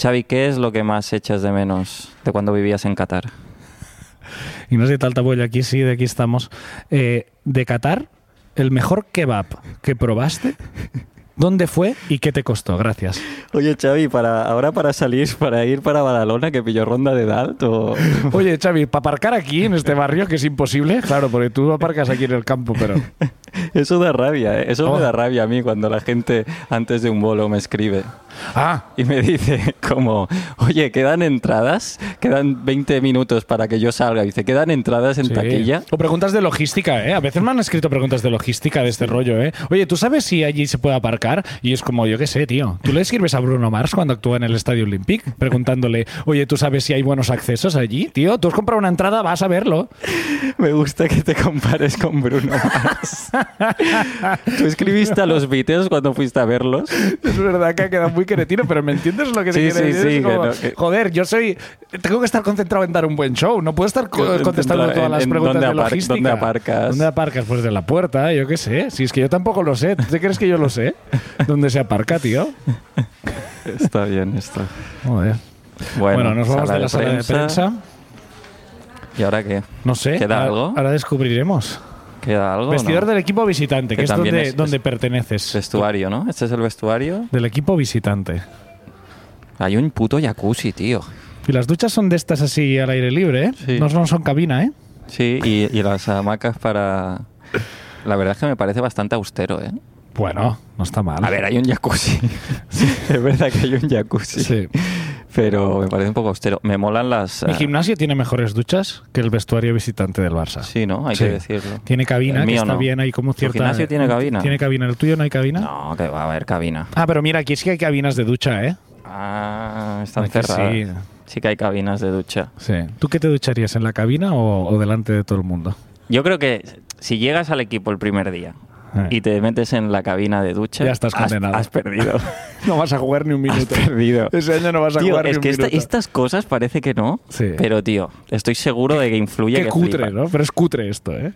[SPEAKER 2] Xavi, ¿qué es lo que más echas de menos de cuando vivías en Qatar?
[SPEAKER 1] Y no sé tal tabuello, aquí sí, de aquí estamos. Eh, de Qatar, el mejor kebab que probaste, ¿dónde fue y qué te costó? Gracias.
[SPEAKER 2] Oye, Xavi, para ahora para salir, para ir para Badalona, que pilló ronda de edad,
[SPEAKER 1] Oye, Xavi, para aparcar aquí, en este barrio, que es imposible, claro, porque tú aparcas aquí en el campo, pero...
[SPEAKER 2] eso da rabia, ¿eh? eso
[SPEAKER 1] me da
[SPEAKER 2] rabia a mí cuando la gente antes de un bolo me escribe.
[SPEAKER 1] Ah,
[SPEAKER 2] Y me dice como, oye, ¿quedan entradas? Quedan 20 minutos para que yo salga. Dice, ¿quedan entradas en
[SPEAKER 1] sí.
[SPEAKER 2] taquilla?
[SPEAKER 1] O preguntas de logística, ¿eh? A veces me han escrito preguntas de logística de este rollo, ¿eh? Oye, ¿tú sabes si allí se puede aparcar? Y es como, yo qué sé, tío. ¿Tú le escribes a Bruno Mars cuando actúa en el Estadio Olympic? Preguntándole, oye, ¿tú sabes si hay buenos accesos allí? Tío, tú has comprado una entrada, vas a verlo.
[SPEAKER 2] Me gusta que te compares con Bruno Mars. ¿Tú escribiste a los Beatles cuando fuiste a verlos?
[SPEAKER 1] Es verdad que ha quedado muy queretino, pero ¿me entiendes lo que te
[SPEAKER 2] Sí,
[SPEAKER 1] quiero
[SPEAKER 2] sí,
[SPEAKER 1] decir?
[SPEAKER 2] sí,
[SPEAKER 1] Es como,
[SPEAKER 2] que no, que-
[SPEAKER 1] Joder, yo soy. Tengo que estar concentrado en dar un buen show. No puedo estar co-
[SPEAKER 2] Concentrado
[SPEAKER 1] contestando
[SPEAKER 2] en-
[SPEAKER 1] todas las
[SPEAKER 2] en
[SPEAKER 1] preguntas
[SPEAKER 2] dónde
[SPEAKER 1] de
[SPEAKER 2] apar-
[SPEAKER 1] logística.
[SPEAKER 2] dónde aparcas.
[SPEAKER 1] ¿Dónde aparcas? Pues de la puerta, yo qué sé. Si es que yo tampoco lo sé. ¿Tú te crees que yo lo sé? ¿Dónde se aparca, tío?
[SPEAKER 2] Está bien, está.
[SPEAKER 1] Joder. Bueno, nos vamos de la sala de prensa.
[SPEAKER 2] ¿Y ahora qué?
[SPEAKER 1] No sé.
[SPEAKER 2] ¿Queda
[SPEAKER 1] ahora-
[SPEAKER 2] algo?
[SPEAKER 1] Ahora descubriremos.
[SPEAKER 2] ¿Queda algo? o
[SPEAKER 1] Vestidor
[SPEAKER 2] no?
[SPEAKER 1] del equipo visitante, que,
[SPEAKER 2] Que
[SPEAKER 1] es
[SPEAKER 2] también
[SPEAKER 1] donde,
[SPEAKER 2] es- es-
[SPEAKER 1] donde perteneces.
[SPEAKER 2] Vestuario, ¿no? Este es el vestuario.
[SPEAKER 1] Del equipo visitante.
[SPEAKER 2] Hay un puto jacuzzi, tío.
[SPEAKER 1] Y las duchas son de estas así al aire libre, ¿eh?
[SPEAKER 2] Sí.
[SPEAKER 1] No, no son cabina, ¿eh?
[SPEAKER 2] Sí, y, y las hamacas para... La verdad es que me parece bastante austero, ¿eh?
[SPEAKER 1] Bueno, no está mal.
[SPEAKER 2] A ver, hay un jacuzzi. Sí, es verdad que hay un jacuzzi.
[SPEAKER 1] Sí.
[SPEAKER 2] Pero me parece un poco austero. Me molan las.
[SPEAKER 1] Mi
[SPEAKER 2] ah,
[SPEAKER 1] gimnasio tiene mejores duchas que el vestuario visitante del Barça.
[SPEAKER 2] Sí, ¿no? Hay
[SPEAKER 1] Sí.
[SPEAKER 2] que decirlo.
[SPEAKER 1] Tiene cabina,
[SPEAKER 2] El
[SPEAKER 1] que
[SPEAKER 2] mío
[SPEAKER 1] está
[SPEAKER 2] no.
[SPEAKER 1] bien, hay como
[SPEAKER 2] ¿Tu
[SPEAKER 1] cierta...
[SPEAKER 2] gimnasio tiene cabina?
[SPEAKER 1] ¿Tiene cabina? ¿El tuyo no hay cabina?
[SPEAKER 2] No, que va a haber cabina.
[SPEAKER 1] Ah, pero mira, aquí sí que hay cabinas de ducha, ¿eh?
[SPEAKER 2] Ah, están
[SPEAKER 1] Aquí sí.
[SPEAKER 2] cerradas. Sí. que hay cabinas de ducha.
[SPEAKER 1] Sí. ¿Tú qué te ducharías, en la cabina o, o delante de todo el mundo?
[SPEAKER 2] Yo creo que si llegas al equipo el primer día
[SPEAKER 1] Eh.
[SPEAKER 2] y te metes en la cabina de ducha.
[SPEAKER 1] Ya estás
[SPEAKER 2] has-
[SPEAKER 1] condenado.
[SPEAKER 2] Has, perdido.
[SPEAKER 1] No vas a jugar ni un
[SPEAKER 2] has perdido.
[SPEAKER 1] Ese año no vas a
[SPEAKER 2] Tío,
[SPEAKER 1] jugar ni
[SPEAKER 2] es
[SPEAKER 1] un
[SPEAKER 2] que esta-
[SPEAKER 1] minuto.
[SPEAKER 2] estas cosas parece que no,
[SPEAKER 1] Sí.
[SPEAKER 2] pero tío, estoy seguro de que influye.
[SPEAKER 1] Qué
[SPEAKER 2] que
[SPEAKER 1] cutre,
[SPEAKER 2] flipa.
[SPEAKER 1] ¿no? Pero es cutre esto, ¿eh?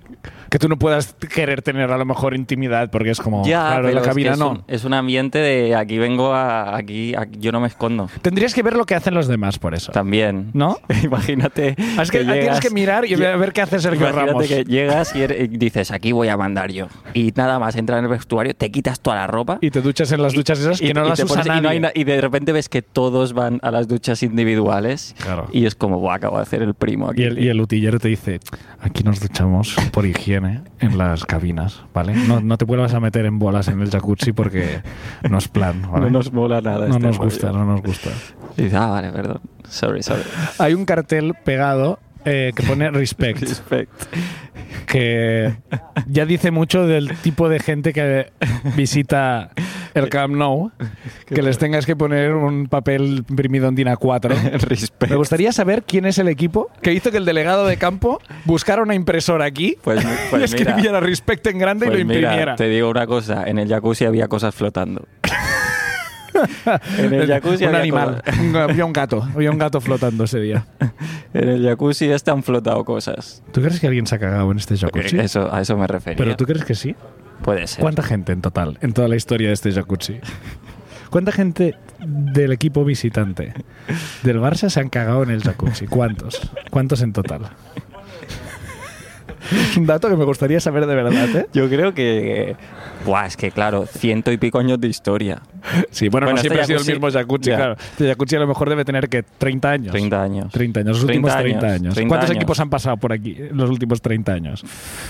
[SPEAKER 1] Que tú no puedas querer tener a lo mejor intimidad porque es como...
[SPEAKER 2] Ya,
[SPEAKER 1] Oh, claro, en
[SPEAKER 2] pero
[SPEAKER 1] la
[SPEAKER 2] es que
[SPEAKER 1] cabina
[SPEAKER 2] es
[SPEAKER 1] no.
[SPEAKER 2] Un, es un ambiente de aquí vengo a aquí, aquí- yo no me escondo.
[SPEAKER 1] Tendrías que ver lo que hacen los demás por eso.
[SPEAKER 2] También.
[SPEAKER 1] ¿No? Ah,
[SPEAKER 2] Imagínate.
[SPEAKER 1] Es que, tienes que mirar y
[SPEAKER 2] lle-
[SPEAKER 1] ver qué hace Sergio
[SPEAKER 2] Imagínate
[SPEAKER 1] Ramos.
[SPEAKER 2] que llegas y, eres- y dices, aquí voy a mandar yo. Y nada más, entras en el vestuario, te quitas toda la ropa.
[SPEAKER 1] Y te duchas en las duchas esas que
[SPEAKER 2] y-
[SPEAKER 1] no
[SPEAKER 2] y
[SPEAKER 1] las
[SPEAKER 2] te
[SPEAKER 1] usa
[SPEAKER 2] pones- y no
[SPEAKER 1] nadie.
[SPEAKER 2] hay na- y de repente ves que todos van a las duchas individuales.
[SPEAKER 1] Claro.
[SPEAKER 2] Y es como, "Buah, acabo de hacer el primo aquí.
[SPEAKER 1] Y el, y el utillero te dice, aquí nos duchamos por higiene en las cabinas, ¿vale? No, no te vuelvas a meter en bolas en el jacuzzi porque no es plan, ¿vale?
[SPEAKER 2] No nos mola nada.
[SPEAKER 1] No
[SPEAKER 2] este
[SPEAKER 1] nos
[SPEAKER 2] rollo".
[SPEAKER 1] gusta, no nos gusta.
[SPEAKER 2] Y dices, ah, vale, perdón. Sorry, sorry.
[SPEAKER 1] Hay un cartel pegado eh, que pone respect,
[SPEAKER 2] Respect.
[SPEAKER 1] que ya dice mucho del tipo de gente que visita el Camp Nou, que les tengas que poner un papel imprimido en DIN A4. Me
[SPEAKER 2] Respect.
[SPEAKER 1] gustaría saber quién es el equipo que hizo que el delegado de campo buscara una impresora aquí
[SPEAKER 2] Pues, mi-
[SPEAKER 1] y
[SPEAKER 2] pues mira,
[SPEAKER 1] escribiera Respect en grande y
[SPEAKER 2] pues
[SPEAKER 1] lo
[SPEAKER 2] mira,
[SPEAKER 1] imprimiera.
[SPEAKER 2] te digo una cosa, en el jacuzzi había cosas flotando. en el jacuzzi
[SPEAKER 1] un
[SPEAKER 2] había
[SPEAKER 1] animal.
[SPEAKER 2] cosas-
[SPEAKER 1] Un- Había un gato. Había un gato flotando ese día.
[SPEAKER 2] en el jacuzzi este han flotado cosas. Eh,
[SPEAKER 1] ¿Tú crees que alguien se ha cagado en este jacuzzi?
[SPEAKER 2] Eso, a eso me refería.
[SPEAKER 1] ¿Pero tú crees que sí?
[SPEAKER 2] Puede ser.
[SPEAKER 1] ¿Cuánta gente en total en toda la historia de este jacuzzi? ¿Cuánta gente del equipo visitante del Barça se han cagado en el jacuzzi? ¿Cuántos? ¿Cuántos en total? Es un dato que me gustaría saber de verdad, ¿eh?
[SPEAKER 2] Yo creo que... Buah, es que claro, ciento y pico años de historia.
[SPEAKER 1] Sí, bueno, no
[SPEAKER 2] Bueno, este
[SPEAKER 1] siempre ha sido el
[SPEAKER 2] jacuzzi-
[SPEAKER 1] mismo jacuzzi,
[SPEAKER 2] ya.
[SPEAKER 1] claro. Este jacuzzi a lo mejor debe tener que 30 años.
[SPEAKER 2] 30 años.
[SPEAKER 1] 30 años, los últimos
[SPEAKER 2] 30
[SPEAKER 1] 30 años.
[SPEAKER 2] años, 30
[SPEAKER 1] ¿Cuántos
[SPEAKER 2] años.
[SPEAKER 1] equipos han pasado por aquí en los últimos 30 años?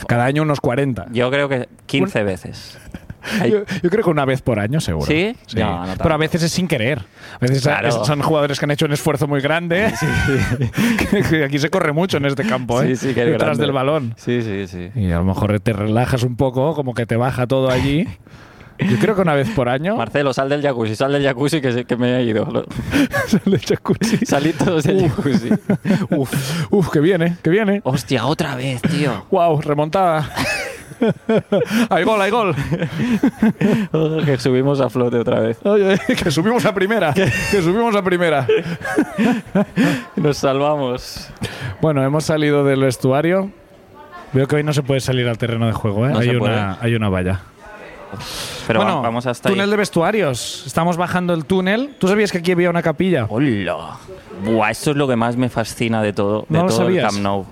[SPEAKER 1] Cada año unos 40.
[SPEAKER 2] Yo creo que 15 veces. Hay-
[SPEAKER 1] Yo, yo creo que una vez por año, seguro.
[SPEAKER 2] ¿Sí? No, no tanto.
[SPEAKER 1] Pero a veces es sin querer. A veces
[SPEAKER 2] Claro.
[SPEAKER 1] es- son jugadores que han hecho un esfuerzo muy grande. Que- que aquí se corre mucho en este campo, ¿eh?
[SPEAKER 2] Sí, sí, que es
[SPEAKER 1] Detrás
[SPEAKER 2] grande.
[SPEAKER 1] del balón.
[SPEAKER 2] Sí, sí, sí.
[SPEAKER 1] Y a lo mejor te relajas un poco, como que te baja todo allí. Yo creo que una vez por año.
[SPEAKER 2] Marcelo, sal del jacuzzi, sal del jacuzzi que, se- que me he ido. Lo-
[SPEAKER 1] sale el jacuzzi.
[SPEAKER 2] Salid todos
[SPEAKER 1] Uh.
[SPEAKER 2] del jacuzzi.
[SPEAKER 1] Uf, uf, que viene, que viene.
[SPEAKER 2] Hostia, otra vez, tío.
[SPEAKER 1] Wow, remontada. hay gol, hay gol.
[SPEAKER 2] Oh, que subimos a flote otra vez.
[SPEAKER 1] Oye, que subimos a primera. Que subimos a primera.
[SPEAKER 2] Nos salvamos.
[SPEAKER 1] Bueno, hemos salido del vestuario. Veo que hoy no se puede salir al terreno de juego, ¿eh?
[SPEAKER 2] No
[SPEAKER 1] hay,
[SPEAKER 2] se
[SPEAKER 1] una, hay una valla.
[SPEAKER 2] Pero
[SPEAKER 1] bueno,
[SPEAKER 2] va- vamos hasta ahí.
[SPEAKER 1] túnel de vestuarios. Estamos bajando el túnel. ¿Tú sabías que aquí había una capilla?
[SPEAKER 2] ¡Hola! Buah, esto es lo que más me fascina de todo, de
[SPEAKER 1] ¿No lo
[SPEAKER 2] todo el
[SPEAKER 1] sabías?
[SPEAKER 2] Camp Nou.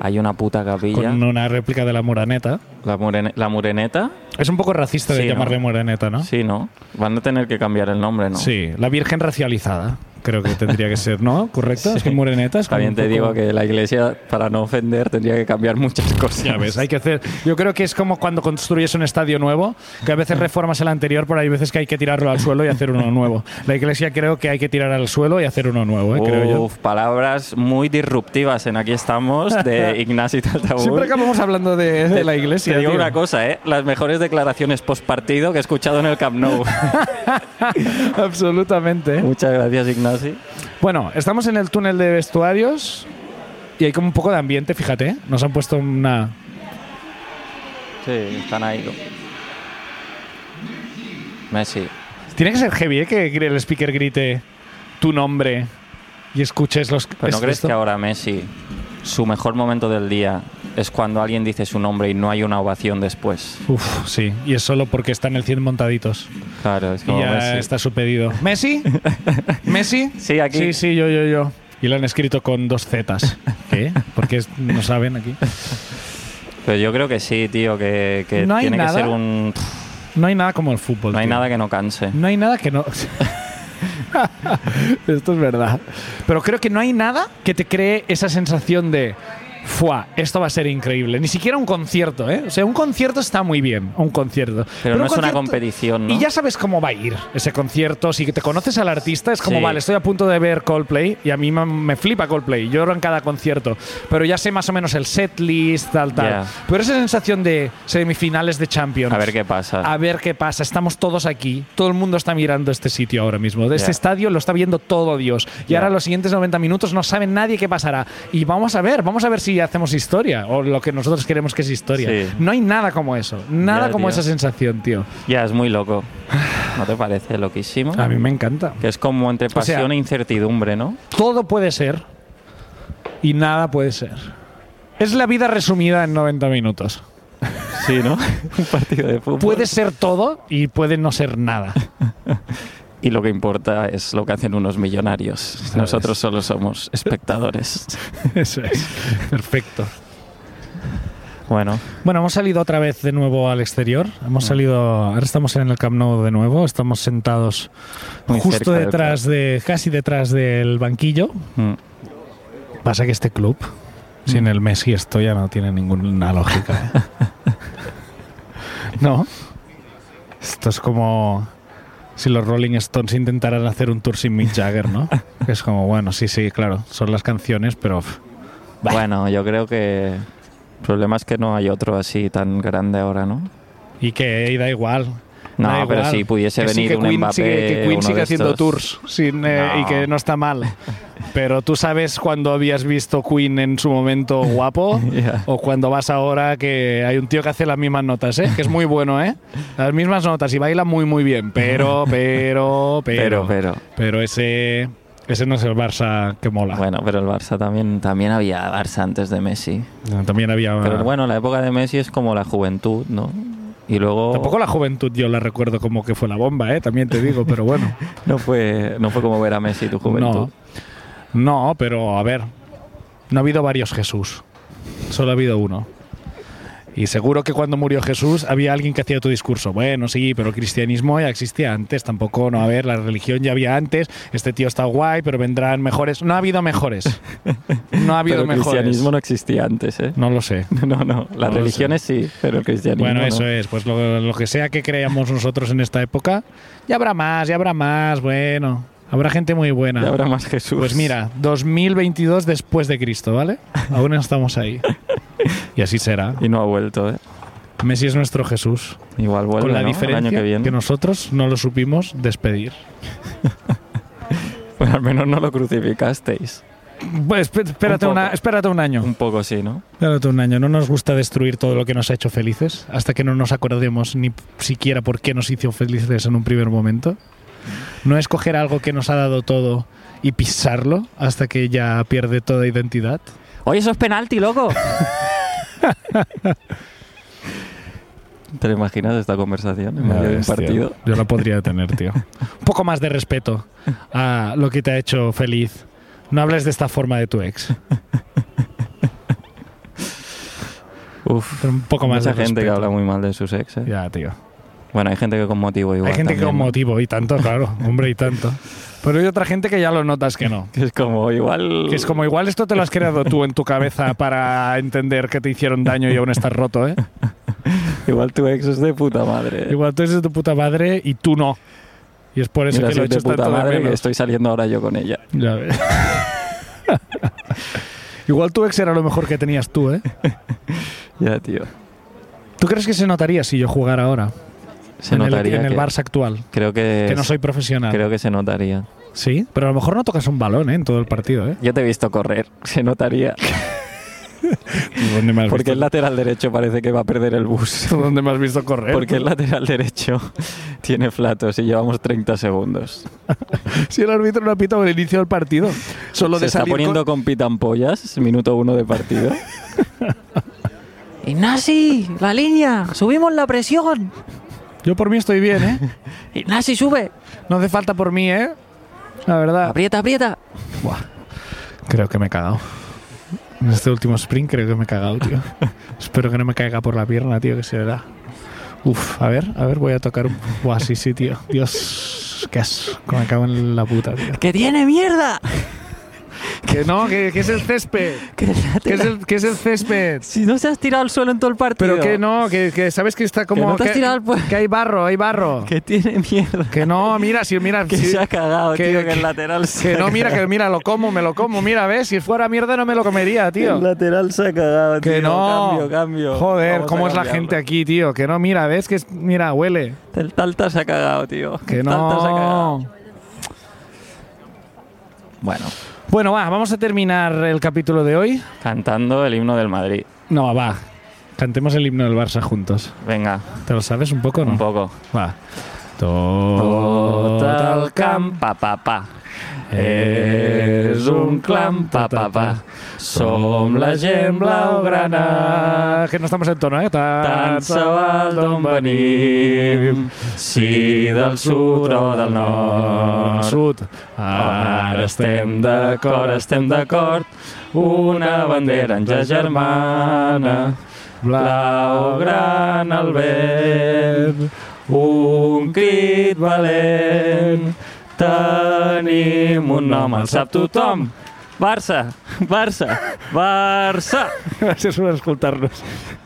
[SPEAKER 2] Hay una puta capilla.
[SPEAKER 1] Con una réplica de la Muraneta.
[SPEAKER 2] La, murene- la mureneta.
[SPEAKER 1] Es un poco racista de
[SPEAKER 2] Sí, ¿no?
[SPEAKER 1] llamarle Muraneta, ¿no?
[SPEAKER 2] Sí, ¿no? Van a tener que cambiar el nombre, ¿no?
[SPEAKER 1] Sí, la Virgen racializada. Creo que tendría que ser, ¿no? ¿Correcto? Es que Muraneta es como
[SPEAKER 2] También
[SPEAKER 1] un
[SPEAKER 2] te
[SPEAKER 1] poco-
[SPEAKER 2] digo que la iglesia, para no ofender, tendría que cambiar muchas cosas.
[SPEAKER 1] Ya ves, hay que hacer. Yo creo que es como cuando construyes un estadio nuevo, que a veces reformas el anterior, pero hay veces que hay que tirarlo al suelo y hacer uno nuevo. La iglesia creo que hay que tirar al suelo y hacer uno nuevo, ¿eh? creo yo.
[SPEAKER 2] Uf, palabras muy disruptivas en Aquí estamos de Ignasi Taltabull.
[SPEAKER 1] Siempre acabamos hablando de, de la iglesia.
[SPEAKER 2] Te digo
[SPEAKER 1] tío.
[SPEAKER 2] una cosa, ¿eh? Las mejores declaraciones post partido que he escuchado en el Camp Nou.
[SPEAKER 1] Absolutamente.
[SPEAKER 2] Muchas gracias, Ignasi.
[SPEAKER 1] Bueno, estamos en el túnel de vestuarios y hay como un poco de ambiente, fíjate. ¿eh? Nos han puesto una.
[SPEAKER 2] Sí, están ahí. Messi.
[SPEAKER 1] Tiene que ser heavy, ¿eh? Que el speaker grite tu nombre y escuches los.
[SPEAKER 2] ¿Pero no
[SPEAKER 1] es-
[SPEAKER 2] crees
[SPEAKER 1] esto.
[SPEAKER 2] que ahora Messi, su mejor momento del día, es cuando alguien dice su nombre y no hay una ovación después?
[SPEAKER 1] Uf, sí. Y es solo porque están el 100 montaditos.
[SPEAKER 2] Claro, es
[SPEAKER 1] Y
[SPEAKER 2] como
[SPEAKER 1] ya
[SPEAKER 2] Messi.
[SPEAKER 1] está su pedido. ¿Messi? ¿Messi?
[SPEAKER 2] Sí, aquí.
[SPEAKER 1] Sí, sí, yo, yo, yo. Y lo han escrito con dos zetas. ¿Qué? Porque es- no saben aquí.
[SPEAKER 2] Pero yo creo que sí, tío, que, que
[SPEAKER 1] No hay
[SPEAKER 2] tiene
[SPEAKER 1] nada.
[SPEAKER 2] que ser un...
[SPEAKER 1] No hay nada como el fútbol.
[SPEAKER 2] No hay
[SPEAKER 1] tío.
[SPEAKER 2] nada que no canse.
[SPEAKER 1] No hay nada que no. Esto es verdad. Pero creo que no hay nada que te cree esa sensación de. Fua, esto va a ser increíble. Ni siquiera un concierto, ¿eh? O sea, un concierto está muy bien, un concierto.
[SPEAKER 2] Pero no
[SPEAKER 1] un
[SPEAKER 2] es una
[SPEAKER 1] concierto-
[SPEAKER 2] competición, ¿no?
[SPEAKER 1] Y ya sabes cómo va a ir ese concierto. Si te conoces al artista, es como,
[SPEAKER 2] Sí.
[SPEAKER 1] vale, estoy a punto de ver Coldplay y a mí me, me flipa Coldplay. Lloro en cada concierto. Pero ya sé más o menos el setlist, tal, tal.
[SPEAKER 2] Ya.
[SPEAKER 1] Pero esa sensación de semifinales de Champions.
[SPEAKER 2] A ver qué pasa.
[SPEAKER 1] A ver qué pasa. Estamos todos aquí. Todo el mundo está mirando este sitio ahora mismo. De Este
[SPEAKER 2] Ya.
[SPEAKER 1] estadio lo está viendo todo Dios. Y
[SPEAKER 2] Ya.
[SPEAKER 1] ahora los siguientes 90 minutos no sabe nadie qué pasará. Y vamos a ver, vamos a ver si hacemos historia o lo que nosotros queremos que es historia.
[SPEAKER 2] Sí.
[SPEAKER 1] No hay nada como eso. Nada
[SPEAKER 2] Ya,
[SPEAKER 1] como
[SPEAKER 2] tío.
[SPEAKER 1] esa sensación, tío.
[SPEAKER 2] Ya, es muy loco. ¿No te parece loquísimo?
[SPEAKER 1] A mí me encanta.
[SPEAKER 2] Que es como entre
[SPEAKER 1] sea-
[SPEAKER 2] pasión e incertidumbre, ¿no?
[SPEAKER 1] Todo puede ser y nada puede ser. Es la vida resumida en 90 minutos.
[SPEAKER 2] Sí, ¿no? Un partido de fútbol.
[SPEAKER 1] Puede ser todo y puede no ser nada.
[SPEAKER 2] Y lo que importa es lo que hacen unos millonarios. Nosotros solo somos espectadores.
[SPEAKER 1] Eso es. Perfecto.
[SPEAKER 2] bueno,
[SPEAKER 1] Bueno, hemos salido otra vez de nuevo al exterior. Hemos salido, ahora estamos en el Camp Nou de nuevo. Estamos sentados
[SPEAKER 2] Muy
[SPEAKER 1] justo
[SPEAKER 2] cerca del
[SPEAKER 1] detrás de, casi detrás del banquillo.
[SPEAKER 2] mm,
[SPEAKER 1] Pasa que este club, sin el Messi esto ya no tiene ninguna lógica. ¿eh? ¿No? Esto es como si los Rolling Stones intentaran hacer un tour sin Mick Jagger, ¿no? Que es como, bueno, sí, sí, claro, son las canciones, pero... pff, Bah.
[SPEAKER 2] bueno, yo creo que El problema es que no hay otro así tan grande ahora, ¿no?
[SPEAKER 1] Y que y da igual.
[SPEAKER 2] No,
[SPEAKER 1] da
[SPEAKER 2] pero
[SPEAKER 1] igual.
[SPEAKER 2] si pudiese
[SPEAKER 1] Que sí,
[SPEAKER 2] venir
[SPEAKER 1] que
[SPEAKER 2] un
[SPEAKER 1] Queen
[SPEAKER 2] Mbappé,
[SPEAKER 1] sigue- que Queen
[SPEAKER 2] uno
[SPEAKER 1] sigue
[SPEAKER 2] de
[SPEAKER 1] haciendo
[SPEAKER 2] estos.
[SPEAKER 1] tours sin, eh,
[SPEAKER 2] No.
[SPEAKER 1] y que no está mal. Pero tú sabes cuando habías visto Queen en su momento guapo
[SPEAKER 2] Ya.
[SPEAKER 1] o cuando vas ahora que hay un tío que hace las mismas notas, ¿eh? que es muy bueno, ¿eh? las mismas notas y baila muy muy bien, pero, pero, pero,
[SPEAKER 2] Pero, pero.
[SPEAKER 1] Pero ese, ese no es el Barça que mola.
[SPEAKER 2] Bueno, pero el Barça también, también había Barça antes de Messi.
[SPEAKER 1] También había.
[SPEAKER 2] Pero bueno, la época de Messi es como la juventud, ¿no? Y luego
[SPEAKER 1] Tampoco la juventud yo la recuerdo como que fue la bomba, ¿eh? también te digo, pero bueno.
[SPEAKER 2] no fue no fue como ver a Messi tu juventud.
[SPEAKER 1] No, no, pero a ver, no ha habido varios Jesús, solo ha habido uno. Y seguro que cuando murió Jesús había alguien que hacía tu discurso. Bueno, sí, pero el cristianismo ya existía antes, tampoco, no, a ver, la religión ya había antes, este tío está guay, pero vendrán mejores. No ha habido mejores. No ha habido
[SPEAKER 2] pero el
[SPEAKER 1] mejores.
[SPEAKER 2] cristianismo no existía antes, ¿eh?
[SPEAKER 1] No lo sé.
[SPEAKER 2] No, no, las
[SPEAKER 1] No lo
[SPEAKER 2] religiones sí, pero el cristianismo
[SPEAKER 1] Bueno,
[SPEAKER 2] no.
[SPEAKER 1] eso es, pues lo, lo que sea que creamos nosotros en esta época, ya habrá más, ya habrá más, bueno, habrá gente muy buena.
[SPEAKER 2] Ya habrá más Jesús.
[SPEAKER 1] Pues mira, 2022 después de Cristo, ¿vale? Aún estamos ahí. Y así será.
[SPEAKER 2] Y no ha vuelto, ¿eh?
[SPEAKER 1] Messi es nuestro Jesús,
[SPEAKER 2] Igual vuelve
[SPEAKER 1] con la
[SPEAKER 2] ¿no? Pues el
[SPEAKER 1] diferencia
[SPEAKER 2] año que viene.
[SPEAKER 1] nosotros no lo supimos despedir.
[SPEAKER 2] Bueno, al menos no lo crucificasteis.
[SPEAKER 1] Pues esp- espérate,
[SPEAKER 2] Un poco.
[SPEAKER 1] una, espérate un año.
[SPEAKER 2] Un poco sí, ¿no?
[SPEAKER 1] Espérate un año. No nos gusta destruir todo lo que nos ha hecho felices hasta que no nos acordemos ni p- siquiera por qué nos hizo felices en un primer momento. No es coger algo que nos ha dado todo y pisarlo hasta que ya pierde toda identidad.
[SPEAKER 2] Oye, eso es penalti, loco. ¿Te lo imaginas esta conversación en medio de un
[SPEAKER 1] ves, tío.
[SPEAKER 2] partido?
[SPEAKER 1] Yo la podría tener, tío. Un poco más de respeto a lo que te ha hecho feliz. No hables de esta forma de tu ex.
[SPEAKER 2] Uf.
[SPEAKER 1] Pero un poco más
[SPEAKER 2] Mucha
[SPEAKER 1] de
[SPEAKER 2] gente que
[SPEAKER 1] respeto.
[SPEAKER 2] habla muy mal de sus ex. ¿eh?
[SPEAKER 1] Ya, tío.
[SPEAKER 2] Bueno, hay gente que con motivo igual.
[SPEAKER 1] Hay gente que
[SPEAKER 2] también,
[SPEAKER 1] con
[SPEAKER 2] ¿no?
[SPEAKER 1] motivo y tanto, claro. Hombre, y tanto. Pero hay otra gente que ya lo notas que no.
[SPEAKER 2] Que es como igual.
[SPEAKER 1] Que es como igual esto te lo has creado tú en tu cabeza para entender que te hicieron daño y aún estás roto, ¿eh?
[SPEAKER 2] Igual tu ex es de puta madre.
[SPEAKER 1] Igual tú eres de tu puta madre y tú no. Y es por eso
[SPEAKER 2] Mira,
[SPEAKER 1] que lo
[SPEAKER 2] soy de
[SPEAKER 1] echas
[SPEAKER 2] puta
[SPEAKER 1] tanto de
[SPEAKER 2] madre que
[SPEAKER 1] menos.
[SPEAKER 2] estoy saliendo ahora yo con ella.
[SPEAKER 1] Ya ves. Igual tu ex era lo mejor que tenías tú, ¿eh?
[SPEAKER 2] Ya, tío.
[SPEAKER 1] ¿Tú crees que se notaría si yo jugara ahora?
[SPEAKER 2] Se
[SPEAKER 1] en el-
[SPEAKER 2] notaría.
[SPEAKER 1] en el,
[SPEAKER 2] que-
[SPEAKER 1] Barça actual.
[SPEAKER 2] Creo que.
[SPEAKER 1] Que no soy profesional.
[SPEAKER 2] Creo que se notaría.
[SPEAKER 1] Sí, pero a lo mejor no tocas un balón ¿eh? en todo el partido. ¿eh?
[SPEAKER 2] Yo te he visto correr. Se notaría. Porque el lateral derecho parece que va a perder el bus.
[SPEAKER 1] ¿Dónde me has visto correr?
[SPEAKER 2] Porque el lateral derecho tiene flatos y llevamos 30 segundos.
[SPEAKER 1] si el árbitro no ha pitado el inicio del partido, solo
[SPEAKER 2] Se
[SPEAKER 1] de
[SPEAKER 2] está
[SPEAKER 1] salir
[SPEAKER 2] poniendo con, pitampollas, minuto uno de partido.
[SPEAKER 4] Ignasi, la línea, subimos la presión.
[SPEAKER 1] con- Yo por mí estoy bien, ¿eh?
[SPEAKER 4] Ignasi, sube,
[SPEAKER 1] No hace falta por mí, ¿eh? La verdad.
[SPEAKER 4] aprieta, aprieta.
[SPEAKER 1] Creo que me he cagado. En este último sprint creo que me he cagado, tío. Espero que no me caiga por la pierna, tío, que se verá. Uf, a ver, a ver, voy a tocar un... Buah, sí, sí, tío. Dios, qué asco. Me cago en la puta, tío.
[SPEAKER 4] ¡Que tiene mierda!
[SPEAKER 1] Que no, que, que es el césped.
[SPEAKER 4] Que la
[SPEAKER 1] Que es
[SPEAKER 4] tela-
[SPEAKER 1] el, que es el césped.
[SPEAKER 4] Si no se has tirado al suelo en todo el partido.
[SPEAKER 1] Pero que no, que, que sabes que está como.
[SPEAKER 4] Que no te has tirado al pu-
[SPEAKER 1] que hay barro, hay barro. Que,
[SPEAKER 2] Que tiene mierda.
[SPEAKER 1] no, mira, si mira.
[SPEAKER 2] Que
[SPEAKER 1] si-
[SPEAKER 2] se ha cagado,
[SPEAKER 1] que-
[SPEAKER 2] tío, que
[SPEAKER 1] que-
[SPEAKER 2] el lateral se
[SPEAKER 1] que
[SPEAKER 2] ha
[SPEAKER 1] no, mira,
[SPEAKER 2] cagado.
[SPEAKER 1] que mira, lo como, me lo como. Mira, ves, si fuera mierda no me lo comería, tío.
[SPEAKER 2] El lateral se ha cagado,
[SPEAKER 1] Que
[SPEAKER 2] tío.
[SPEAKER 1] no.
[SPEAKER 2] Cambio, cambio.
[SPEAKER 1] Joder,
[SPEAKER 2] Vamos a
[SPEAKER 1] cómo es la
[SPEAKER 2] cambiarlo.
[SPEAKER 1] gente aquí, tío. Que no, mira, ves que es, mira, huele.
[SPEAKER 2] El Talta se ha cagado, tío.
[SPEAKER 1] Que
[SPEAKER 2] El Talta se ha cagado.
[SPEAKER 1] no.
[SPEAKER 2] Bueno,
[SPEAKER 1] Bueno, va, vamos a terminar el capítulo de hoy.
[SPEAKER 2] cantando el himno del Madrid.
[SPEAKER 1] No, va. Cantemos el himno del Barça juntos.
[SPEAKER 2] Venga,
[SPEAKER 1] ¿Te lo sabes un poco, no?
[SPEAKER 2] un poco.
[SPEAKER 1] Va. Total camp
[SPEAKER 2] pa pa pa. És un clam pa pa pa. Som la gent blaugrana.
[SPEAKER 1] Que no estamos en tono, eh? Tant,
[SPEAKER 2] Tant se val d'on venim, si del sud
[SPEAKER 1] oh,
[SPEAKER 2] o del nord.
[SPEAKER 1] Sud.
[SPEAKER 2] Ara estem d'acord, estem d'acord, una bandera ens agermana, blaugrana al vent, un crit valent, tenim un nom, el sap tothom. Barça, Barça, Barça!
[SPEAKER 1] Gràcies per escoltar-nos.